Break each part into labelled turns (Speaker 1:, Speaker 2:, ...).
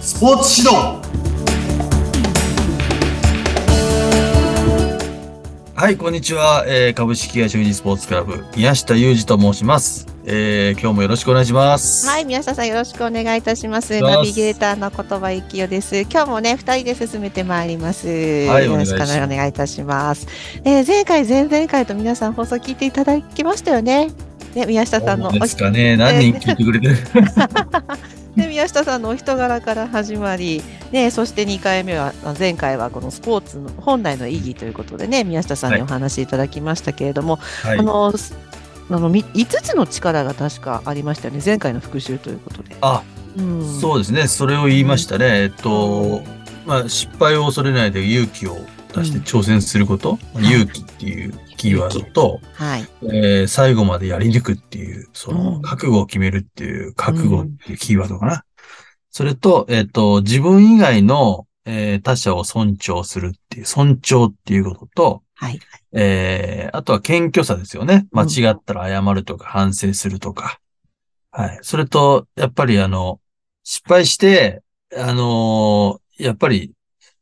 Speaker 1: スポーツ指導
Speaker 2: はい、こんにちは。えー株式会社ユニスポーツクラブ、宮下裕二と申します。えー今日もよろしくお願いします。
Speaker 3: はい、宮下さんよろしくお願いいたします。
Speaker 2: お願いします
Speaker 3: ナビゲーターの言葉幸代です。今日もね、二人で進めてまいります。
Speaker 2: はい
Speaker 3: よろしくお
Speaker 2: お
Speaker 3: 願いいたします。えー前回、前々回と皆さん放送聞いていただきましたよね。ね、宮下さんの
Speaker 2: どうですか
Speaker 3: お
Speaker 2: ね。
Speaker 3: ひ
Speaker 2: 何人聞いてくれて る
Speaker 3: で宮下さんのお人柄から始まり、ね、そして2回目はあ前回はこのスポーツの本来の意義ということでね宮下さん
Speaker 2: は
Speaker 3: に
Speaker 2: い
Speaker 3: お話しいただきましたけれども、
Speaker 2: はい
Speaker 3: あ。のすあのみ5つの力が確かありましたよね前回の復習ということで。
Speaker 2: あ、
Speaker 3: うん
Speaker 2: そうですね。それを言いましたね。えっと、まあ、失敗を恐れないで勇気を出して
Speaker 3: うん
Speaker 2: 挑戦すること。
Speaker 3: ん
Speaker 2: 勇気っていうキーワードと、
Speaker 3: はい、
Speaker 2: えー最後までやり抜くっていう、そうの、
Speaker 3: ん
Speaker 2: 覚悟を決めるっていう、覚悟
Speaker 3: う
Speaker 2: っ
Speaker 3: ん
Speaker 2: ていうキーワードかな。それと、えっ、と、自分以外の、えー他者を尊重するっていう、尊重っていうことと、
Speaker 3: はい
Speaker 2: えーあとは謙虚さですよね。
Speaker 3: う
Speaker 2: 間
Speaker 3: ん
Speaker 2: 違ったら謝るとか、反省するとか。はい。それと、やっぱりあの、失敗して、あのーやっぱり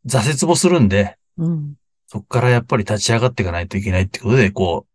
Speaker 2: 挫折もするんで、
Speaker 3: うん
Speaker 2: そこからやっぱり立ち上がっていかないといけないってことで、こ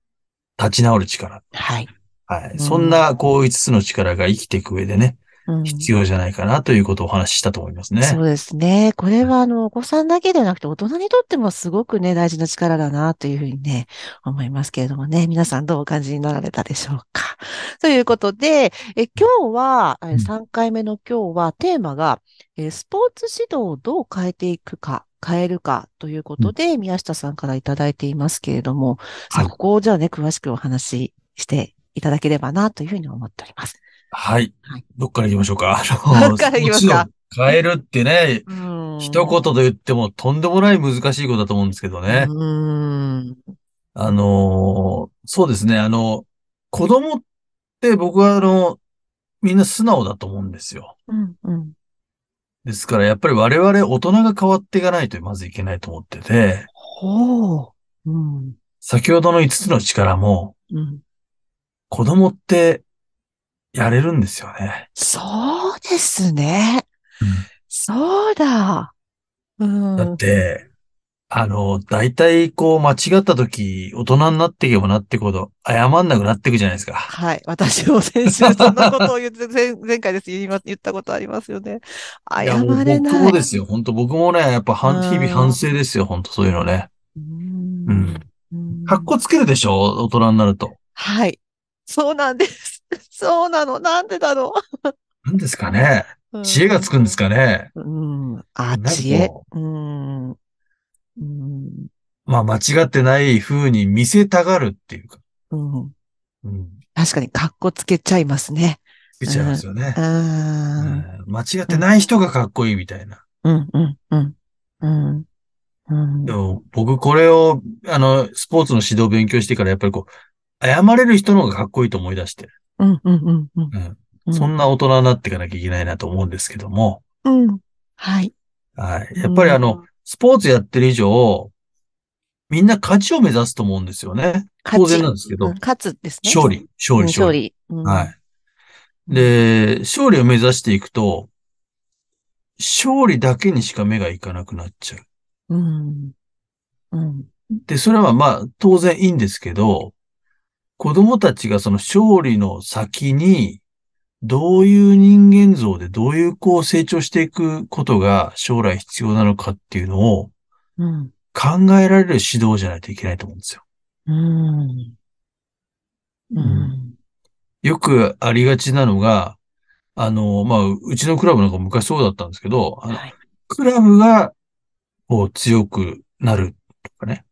Speaker 2: う、立ち直る力。
Speaker 3: はい
Speaker 2: はい。
Speaker 3: ん
Speaker 2: そんな、こう、5つの力が生きていく上でね、
Speaker 3: うん
Speaker 2: 必要じゃないかなということをお話ししたと思いますね。
Speaker 3: そうですね。これは、あの、お子さんだけではなくて、大人にとってもすごくね、大事な力だな、というふうにね、思いますけれどもね、皆さんどうお感じになられたでしょうか。ということで、え今日は、
Speaker 2: ん
Speaker 3: え3回目の今日は、テーマが、えスポーツ指導をどう変えていくか、変えるかということで、宮下さんからいただいていますけれども、さあ
Speaker 2: はい
Speaker 3: ここをじゃあね、詳しくお話ししていただければな、というふうに思っております。
Speaker 2: はい
Speaker 3: はい。
Speaker 2: どっから行きましょうか。あの
Speaker 3: どっから行きますか
Speaker 2: もちろん変えるってね、
Speaker 3: うん
Speaker 2: 一言で言ってもとんでもない難しいことだと思うんですけどね。
Speaker 3: うん。
Speaker 2: あのーそうですね。あの、子供って僕はあの、みんな素直だと思うんですよ。
Speaker 3: うん。うん。
Speaker 2: ですからやっぱり我々大人が変わっていかないとまずいけないと思ってて、
Speaker 3: ほう。うん。
Speaker 2: 先ほどの5つの力も
Speaker 3: うん。
Speaker 2: 子供ってやれるんですよね。
Speaker 3: そうですね。そうだ。うん。
Speaker 2: だって、あの、大体こう間違った時、大人になっていけばなっていくほど、謝んなくなっていくじゃないですか。
Speaker 3: はい。私も先週そんなことを言って、前前回です言いま言ったことありますよね。
Speaker 2: い
Speaker 3: 謝
Speaker 2: もう
Speaker 3: れない。
Speaker 2: 僕もですよ。本当僕もね、やっぱ反
Speaker 3: う
Speaker 2: 日
Speaker 3: ん
Speaker 2: 々反省ですよ。本当そういうのね。
Speaker 3: う。
Speaker 2: うんん。
Speaker 3: うん
Speaker 2: かっこつけるでしょ大人になると。
Speaker 3: はい。そうなんです。そうなの。なんでだろ
Speaker 2: なんですかね
Speaker 3: う。
Speaker 2: 知恵がつくんです
Speaker 3: か
Speaker 2: かね
Speaker 3: うん。
Speaker 2: な
Speaker 3: あ、
Speaker 2: んかこう
Speaker 3: 知恵。うん。うん。
Speaker 2: まあ間違ってない風に見せたがるっていうか。
Speaker 3: うん。
Speaker 2: うん。
Speaker 3: 確かに、かっこつけちゃいますね。
Speaker 2: つけちゃいますよね
Speaker 3: う。
Speaker 2: うん
Speaker 3: ん。
Speaker 2: 間違ってない人がかっこいいみたいな。
Speaker 3: うん、うん、うん。うん。うん
Speaker 2: で。も僕これを、あの、スポーツの指導を勉強してからやっぱりこう、謝れる人の方がかっこいいと思い出して、
Speaker 3: うん、うん、うんうん
Speaker 2: うん
Speaker 3: うん。
Speaker 2: そんな大人になっていかなきゃいけないなと思うんですけども、
Speaker 3: うん。はい。
Speaker 2: はい。やっぱりあの、スポーツやってる以上、みんな勝ちを目指すと思うんですよね。
Speaker 3: 勝ち
Speaker 2: 当然なんですけど
Speaker 3: うん勝つですね。
Speaker 2: 勝利、勝
Speaker 3: う
Speaker 2: 利、
Speaker 3: ん。勝
Speaker 2: 勝利。
Speaker 3: 利。うん
Speaker 2: はい。。で、勝利を目指していくと、勝利だけにしか目がいかなくなっちゃう。
Speaker 3: うん。うん。
Speaker 2: で、それはまあ、当然いいんですけど、子供たちがその勝利の先に、どういう人間像でどういうこう成長していくことが将来必要なのかっていうのを
Speaker 3: うん。
Speaker 2: 考えられる指導じゃないといけないと思うんですよ。
Speaker 3: うん。うん。
Speaker 2: よくありがちなのが、あの、まあ、うちのクラブなんか昔そうだったんですけど、あの
Speaker 3: はい。
Speaker 2: クラブが、こう、強くなるとかね。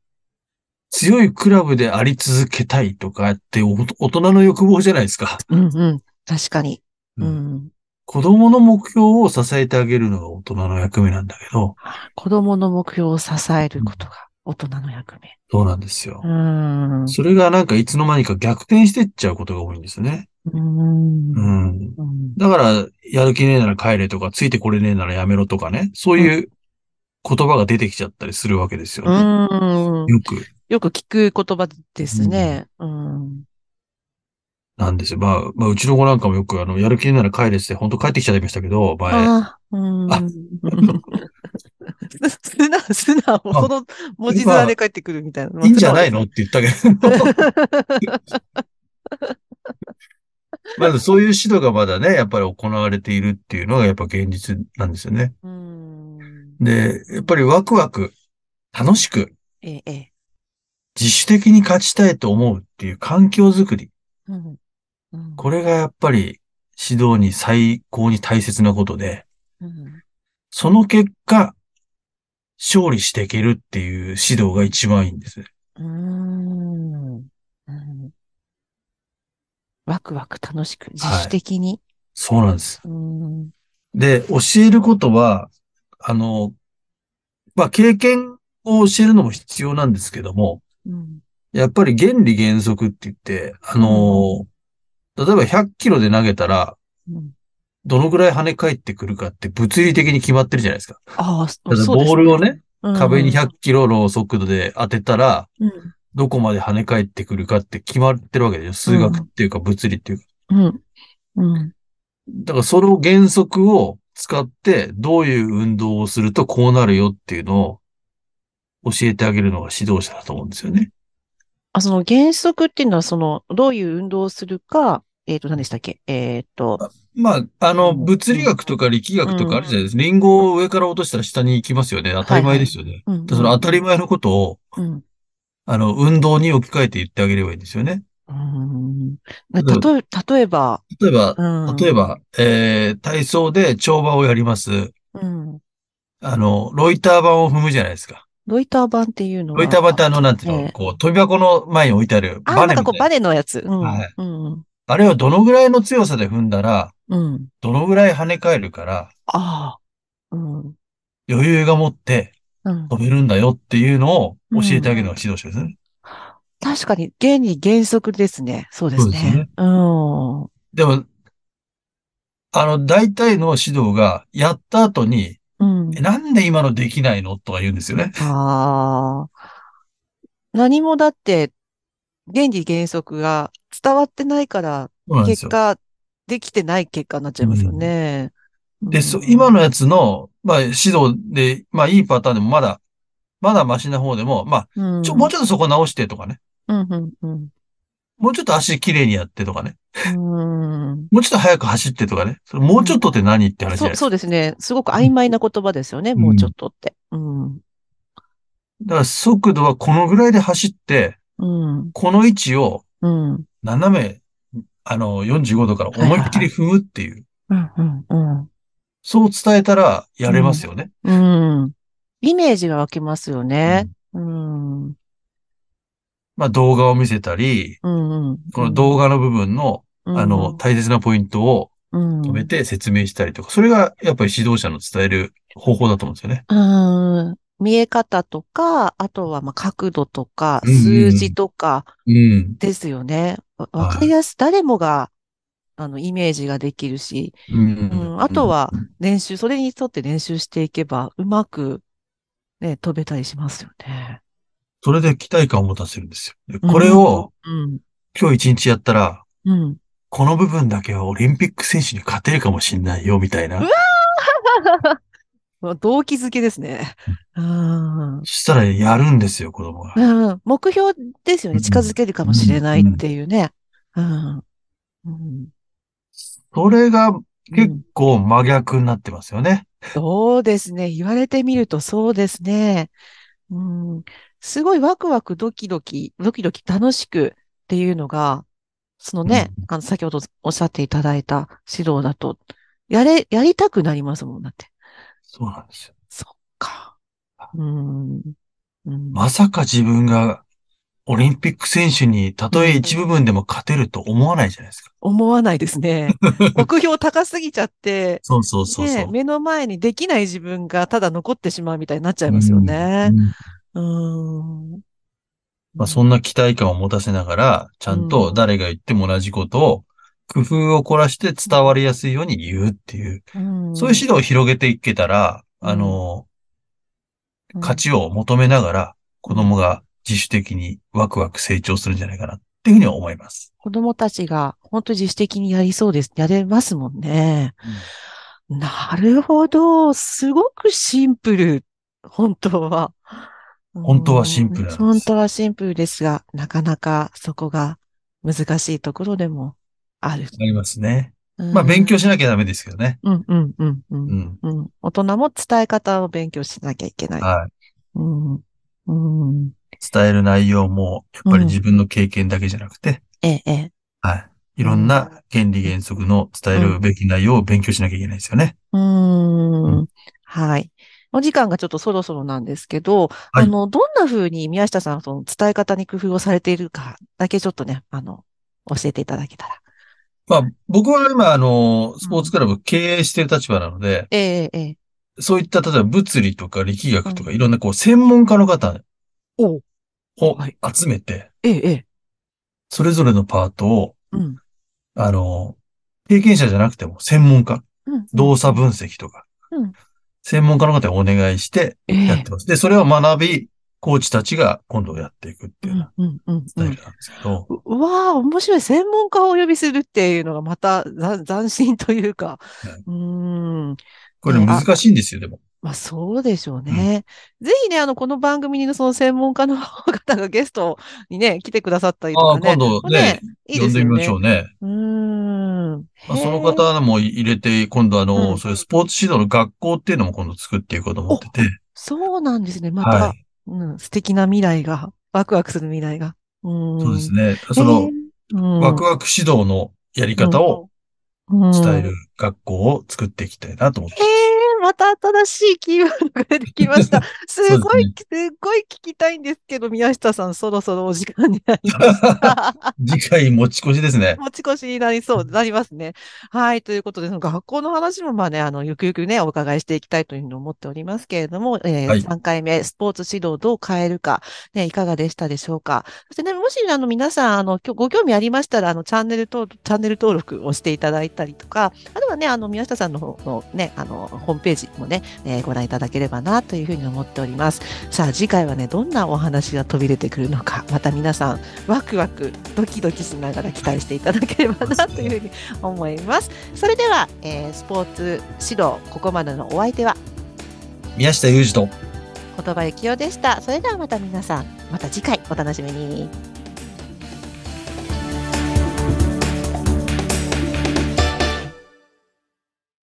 Speaker 2: 強いクラブであり続けたいとかって、お大人の欲望じゃないですか。
Speaker 3: うん、うん。確かに。
Speaker 2: う
Speaker 3: うんん。
Speaker 2: 子供の目標を支えてあげるのが大人の役目なんだけど、
Speaker 3: 子供の目標を支えることが大人の役目。
Speaker 2: そうなんですよ
Speaker 3: う。ん。
Speaker 2: それがなんかいつの間にか逆転してっちゃうことが多いんですね。
Speaker 3: うん
Speaker 2: う。ん。
Speaker 3: うん
Speaker 2: だから、やる気ねえなら帰れとか、ついてこれねえならやめろとかね、そういう言葉が出てきちゃったりするわけですよね。
Speaker 3: うん。
Speaker 2: よく。
Speaker 3: よく聞く言葉ですね。うん。
Speaker 2: なんですよ。まあ、まあ、うちの子なんかもよく、あの、やる気になら帰れって、本当帰ってきちゃいましたけど、前。
Speaker 3: ああ、うーん。 素直、素直。
Speaker 2: あ
Speaker 3: その文字面で帰ってくるみたいな。
Speaker 2: いいんじゃないのって言ったけど。 まずそういう指導がまだね、やっぱり行われているっていうのがやっぱ現実なんですよね。
Speaker 3: うーん。
Speaker 2: で、やっぱりワクワク、楽しく、
Speaker 3: ええ、ええ。
Speaker 2: 自主的に勝ちたいと思うっていう環境づくり。
Speaker 3: うん。うん
Speaker 2: これがやっぱり指導に最高に大切なことで、
Speaker 3: うん
Speaker 2: その結果、勝利していけるっていう指導が一番いいんですね。
Speaker 3: うーん。うんワクワク楽しく、自主的に。
Speaker 2: そうなんです。
Speaker 3: うーん。
Speaker 2: で、教えることは、あの、まあ、経験を教えるのも必要なんですけども、
Speaker 3: うん。
Speaker 2: やっぱり原理原則って言って、あの、例えば100キロで投げたら、
Speaker 3: うん
Speaker 2: どのぐらい跳ね返ってくるかって物理的に決まってるじゃないですか。
Speaker 3: ああ、そ
Speaker 2: だから
Speaker 3: そうです
Speaker 2: ボールをね、
Speaker 3: うん
Speaker 2: 壁に100キロの速度で当てたら、
Speaker 3: うん
Speaker 2: どこまで跳ね返ってくるかって決まってるわけですよ。数学っていうか物理っていうか。
Speaker 3: うん。うん。
Speaker 2: だからその原則を使って、どういう運動をするとこうなるよっていうのを教えてあげるのが指導者だと思うんですよね。
Speaker 3: あ、その原則っていうのは、その、どういう運動をするか、えっと、何でしたっけえっと、
Speaker 2: まあ、あ
Speaker 3: う
Speaker 2: の、
Speaker 3: ん
Speaker 2: 物理学とか力学とかあるじゃないですか。リンゴを上から落としたら下に行きますよね。当たり前ですよね。
Speaker 3: うん
Speaker 2: だからその当たり前のことを、
Speaker 3: うん。
Speaker 2: あの、運動に置き換えて言ってあげればいいんですよね。
Speaker 3: うん。
Speaker 2: だから
Speaker 3: 例え、例えば、
Speaker 2: 例えば、
Speaker 3: うん。
Speaker 2: 例えば、えー、体操で跳馬をやります。
Speaker 3: うん。
Speaker 2: あの、ロイター板を踏むじゃないですか。
Speaker 3: ロイター版っていうのは。
Speaker 2: ロイター板ってあの、なんていうの、
Speaker 3: ええ
Speaker 2: こう、飛び箱の前に置いてある
Speaker 3: あ、
Speaker 2: バネ
Speaker 3: なん
Speaker 2: み
Speaker 3: かこ
Speaker 2: た
Speaker 3: う、
Speaker 2: い
Speaker 3: バ
Speaker 2: な。
Speaker 3: ネのやつ。うん。
Speaker 2: はい
Speaker 3: うん。
Speaker 2: あれをどのぐらいの強さで踏んだら、
Speaker 3: うん。
Speaker 2: どのぐらい跳ね返るから、
Speaker 3: ああ。うん。
Speaker 2: 余裕が持って
Speaker 3: うん。
Speaker 2: 飛べるんだよっていうのを教えてあげるのが指導者ですね。
Speaker 3: 確かに、原理原則ですね。そうです
Speaker 2: そうです
Speaker 3: ね
Speaker 2: ね。
Speaker 3: うん。う
Speaker 2: でも、あの、大体の指導が、やった後に、
Speaker 3: ん
Speaker 2: え。なんで今のできないのとか言うんですよね。
Speaker 3: ああ。何もだって、原理原則が伝わってないから、
Speaker 2: そうなんです
Speaker 3: 結
Speaker 2: よ。
Speaker 3: 果、できてない結果になっちゃいますよね。
Speaker 2: で、そ
Speaker 3: うん
Speaker 2: 今のやつの、まあ、指導で、まあ、いいパターンでもまだ、まだマシな方でも、まあ、ちょ、もうちょっとそこ直してとかね。
Speaker 3: うん、うん、うん
Speaker 2: もうちょっと足きれいにやってとかね。
Speaker 3: うん。うん
Speaker 2: もうちょっと早く走ってとかね。それもうちょっとって何って話じゃ
Speaker 3: そ、
Speaker 2: ないうです
Speaker 3: そ
Speaker 2: か。
Speaker 3: うですね。すごく曖昧な言葉ですよね。
Speaker 2: ん
Speaker 3: もうちょっとって。うん。
Speaker 2: だから速度はこのぐらいで走って、
Speaker 3: うん。
Speaker 2: この位置を
Speaker 3: うん。うん
Speaker 2: 斜め、あの、45度から思いっきり踏むっていう。
Speaker 3: うん。うん
Speaker 2: そう伝えたらやれますよね。
Speaker 3: うん。イメージが湧きますよね。うん。うん。
Speaker 2: まあ動画を見せたり、
Speaker 3: うん
Speaker 2: この動画の部分の、あの、、大切なポイントを
Speaker 3: うん
Speaker 2: 止めて説明したりとか、それがやっぱり指導者の伝える方法だと思うんですよね。
Speaker 3: うん。見え方とか、あとはまあ角度とか、
Speaker 2: うんうん
Speaker 3: 数字とか
Speaker 2: うん。
Speaker 3: ですよね。わわ
Speaker 2: はい
Speaker 3: かりやす、誰もが、あの、イメージができるし、
Speaker 2: うん
Speaker 3: うんあとは練習、それに沿って練習していけば、うまく、ね、飛べたりしますよね。
Speaker 2: それで期待感を持たせるんですよ。でこれを
Speaker 3: うん、
Speaker 2: 今日一日やったら、
Speaker 3: うん。うん。
Speaker 2: この部分だけはオリンピック選手に勝てるかもしれないよ、みたいな。
Speaker 3: まあ動機づけですね。うん。
Speaker 2: そしたらやるんですよ、子供が。
Speaker 3: うん、目標ですよ
Speaker 2: う
Speaker 3: ね。
Speaker 2: ん
Speaker 3: 近づけるかもしれないっていうね。うん。うん。
Speaker 2: それが
Speaker 3: う
Speaker 2: 結
Speaker 3: ん
Speaker 2: 構真逆になってますよね。
Speaker 3: そうですね。言われてみるとそうですね。うん。すごいワクワクドキドキ、ドキドキ楽しくっていうのが、そのね、あの、先ほどおっしゃっていただいた指導だと、やれ、やりたくなりますもんだって。
Speaker 2: そうなんですよ。
Speaker 3: そっか。うん。うん。
Speaker 2: まさか自分がオリンピック選手にたとえ一部分でも勝てると思わないじゃないですか。
Speaker 3: 思わないで すね。目標高すぎちゃって、
Speaker 2: そうそうそうそう。
Speaker 3: ね、目の前にできない自分がただ残ってしまうみたいになっちゃいますよね
Speaker 2: う。ん。うん
Speaker 3: うん。
Speaker 2: まあ、そんな期待感を持たせながら、ちゃんと誰が言っても同じことを、工夫を凝らして伝わりやすいように言うっていう、
Speaker 3: うん、
Speaker 2: そういう指導を広げていけたら、
Speaker 3: うん
Speaker 2: あの、
Speaker 3: うん
Speaker 2: 価値を求めながら、子供が自主的にワクワク成長するんじゃないかなっていうふうには思います。
Speaker 3: 子供たちが本当に自主的にやりそうです。やれますもんね。なるほど。すごくシンプル。本当は。
Speaker 2: 本当はシンプルなんです
Speaker 3: うん本当はシンプルですが、なかなかそこが難しいところでもある。
Speaker 2: ありますね。まあ、勉強しなきゃダメですけどね。
Speaker 3: うんうんうんう
Speaker 2: うんん。
Speaker 3: うん。大人も伝え方を勉強しなきゃいけない。
Speaker 2: はい。
Speaker 3: うん。うん。
Speaker 2: 伝える内容も、やっぱり
Speaker 3: うん
Speaker 2: 自分の経験だけじゃなくて、
Speaker 3: ええ、ええ。
Speaker 2: はい。いろんな原理原則の伝えるべき内容を勉強しなきゃいけないですよね。
Speaker 3: うー。
Speaker 2: うん
Speaker 3: はい。お時間がちょっとそろそろなんですけど、
Speaker 2: はい
Speaker 3: あの、どんな風に宮下さん、その伝え方に工夫をされているかだけちょっとね、あの、教えていただけたら。
Speaker 2: まあ、僕は今、あの、スポーツクラブ経営してる立場なので、
Speaker 3: ええ、ええ。
Speaker 2: そういった、例えば物理とか力学とか、
Speaker 3: う
Speaker 2: いろんなこう、専門家の方
Speaker 3: お
Speaker 2: を
Speaker 3: はい
Speaker 2: 集めて、
Speaker 3: ええ、ええ。
Speaker 2: それぞれのパートを、
Speaker 3: うん。
Speaker 2: あの、経験者じゃなくても専門家、
Speaker 3: うん。
Speaker 2: 動作分析とか、
Speaker 3: うん
Speaker 2: 専門家の方にお願いして
Speaker 3: ええ
Speaker 2: やってます。で、それを学び、コーチたちが今度やっていくっていうような
Speaker 3: うん、うん、
Speaker 2: ス
Speaker 3: う
Speaker 2: タイ
Speaker 3: ん
Speaker 2: ルなんですけど、
Speaker 3: ううわあ、面白い。専門家をお呼びするっていうのがまたざ 斬新というか。
Speaker 2: いう
Speaker 3: ーん。
Speaker 2: これ
Speaker 3: ね
Speaker 2: 難しいんですよ、でも。
Speaker 3: まあそうでしょうね。ぜひね、あの、この番組にその専門家の方がゲストにね、来てくださったりと
Speaker 2: あ
Speaker 3: か
Speaker 2: あ、
Speaker 3: ね。
Speaker 2: 今度ね、
Speaker 3: いい
Speaker 2: 呼
Speaker 3: で
Speaker 2: ん
Speaker 3: す
Speaker 2: で
Speaker 3: よ
Speaker 2: みま
Speaker 3: ね。
Speaker 2: しょうね。
Speaker 3: うーん。
Speaker 2: まあ、その
Speaker 3: へえ
Speaker 2: 方も入れて、今度あの、
Speaker 3: うん
Speaker 2: そういうスポーツ指導の学校っていうのも今度作っていこうと思ってて、
Speaker 3: そうなんですね。また、
Speaker 2: はい。
Speaker 3: うん、素敵な未来が、ワクワクする未来が。うーん。
Speaker 2: そうですね。その、
Speaker 3: の
Speaker 2: ワクワク指導のやり方を
Speaker 3: ワ
Speaker 2: 伝える学校を作っていきたいなと思って
Speaker 3: ええまた新しいキーワードが出てきま した。す
Speaker 2: すね
Speaker 3: ごい、すごい聞きたいんですけど、宮下さん、そろそろお時間になりま した。
Speaker 2: 次回持ち越しですね。
Speaker 3: 持ち越しにな りそう、なりますね。はい。ということで、その学校の話も、まあね、あの、ゆくゆくね、お伺いしていきたいというふうに思っておりますけれども、えー
Speaker 2: はい
Speaker 3: 3回目、スポーツ指導をどう変えるか、ね、いかがでしたでしょうか。そしてね、もし、あの、皆さん、あの、きょご興味ありましたら、あの、チャンネル登録、チャンネル登録をしていただいたりとか、あとはね、あの、宮下さんの方のね、あの、ホームページもね、えーご覧いただければな、というふうに思っております。さあ、次回はね、どんなお話が飛び出てくるのか、また皆さん、ワクワクドキドキしながら期待していただければなというふうに思います。それでは、えースポーツ指導ここまでのお相手は
Speaker 2: 宮下裕二と
Speaker 3: 言葉幸雄でした。それではまた皆さんまた次回お楽しみに。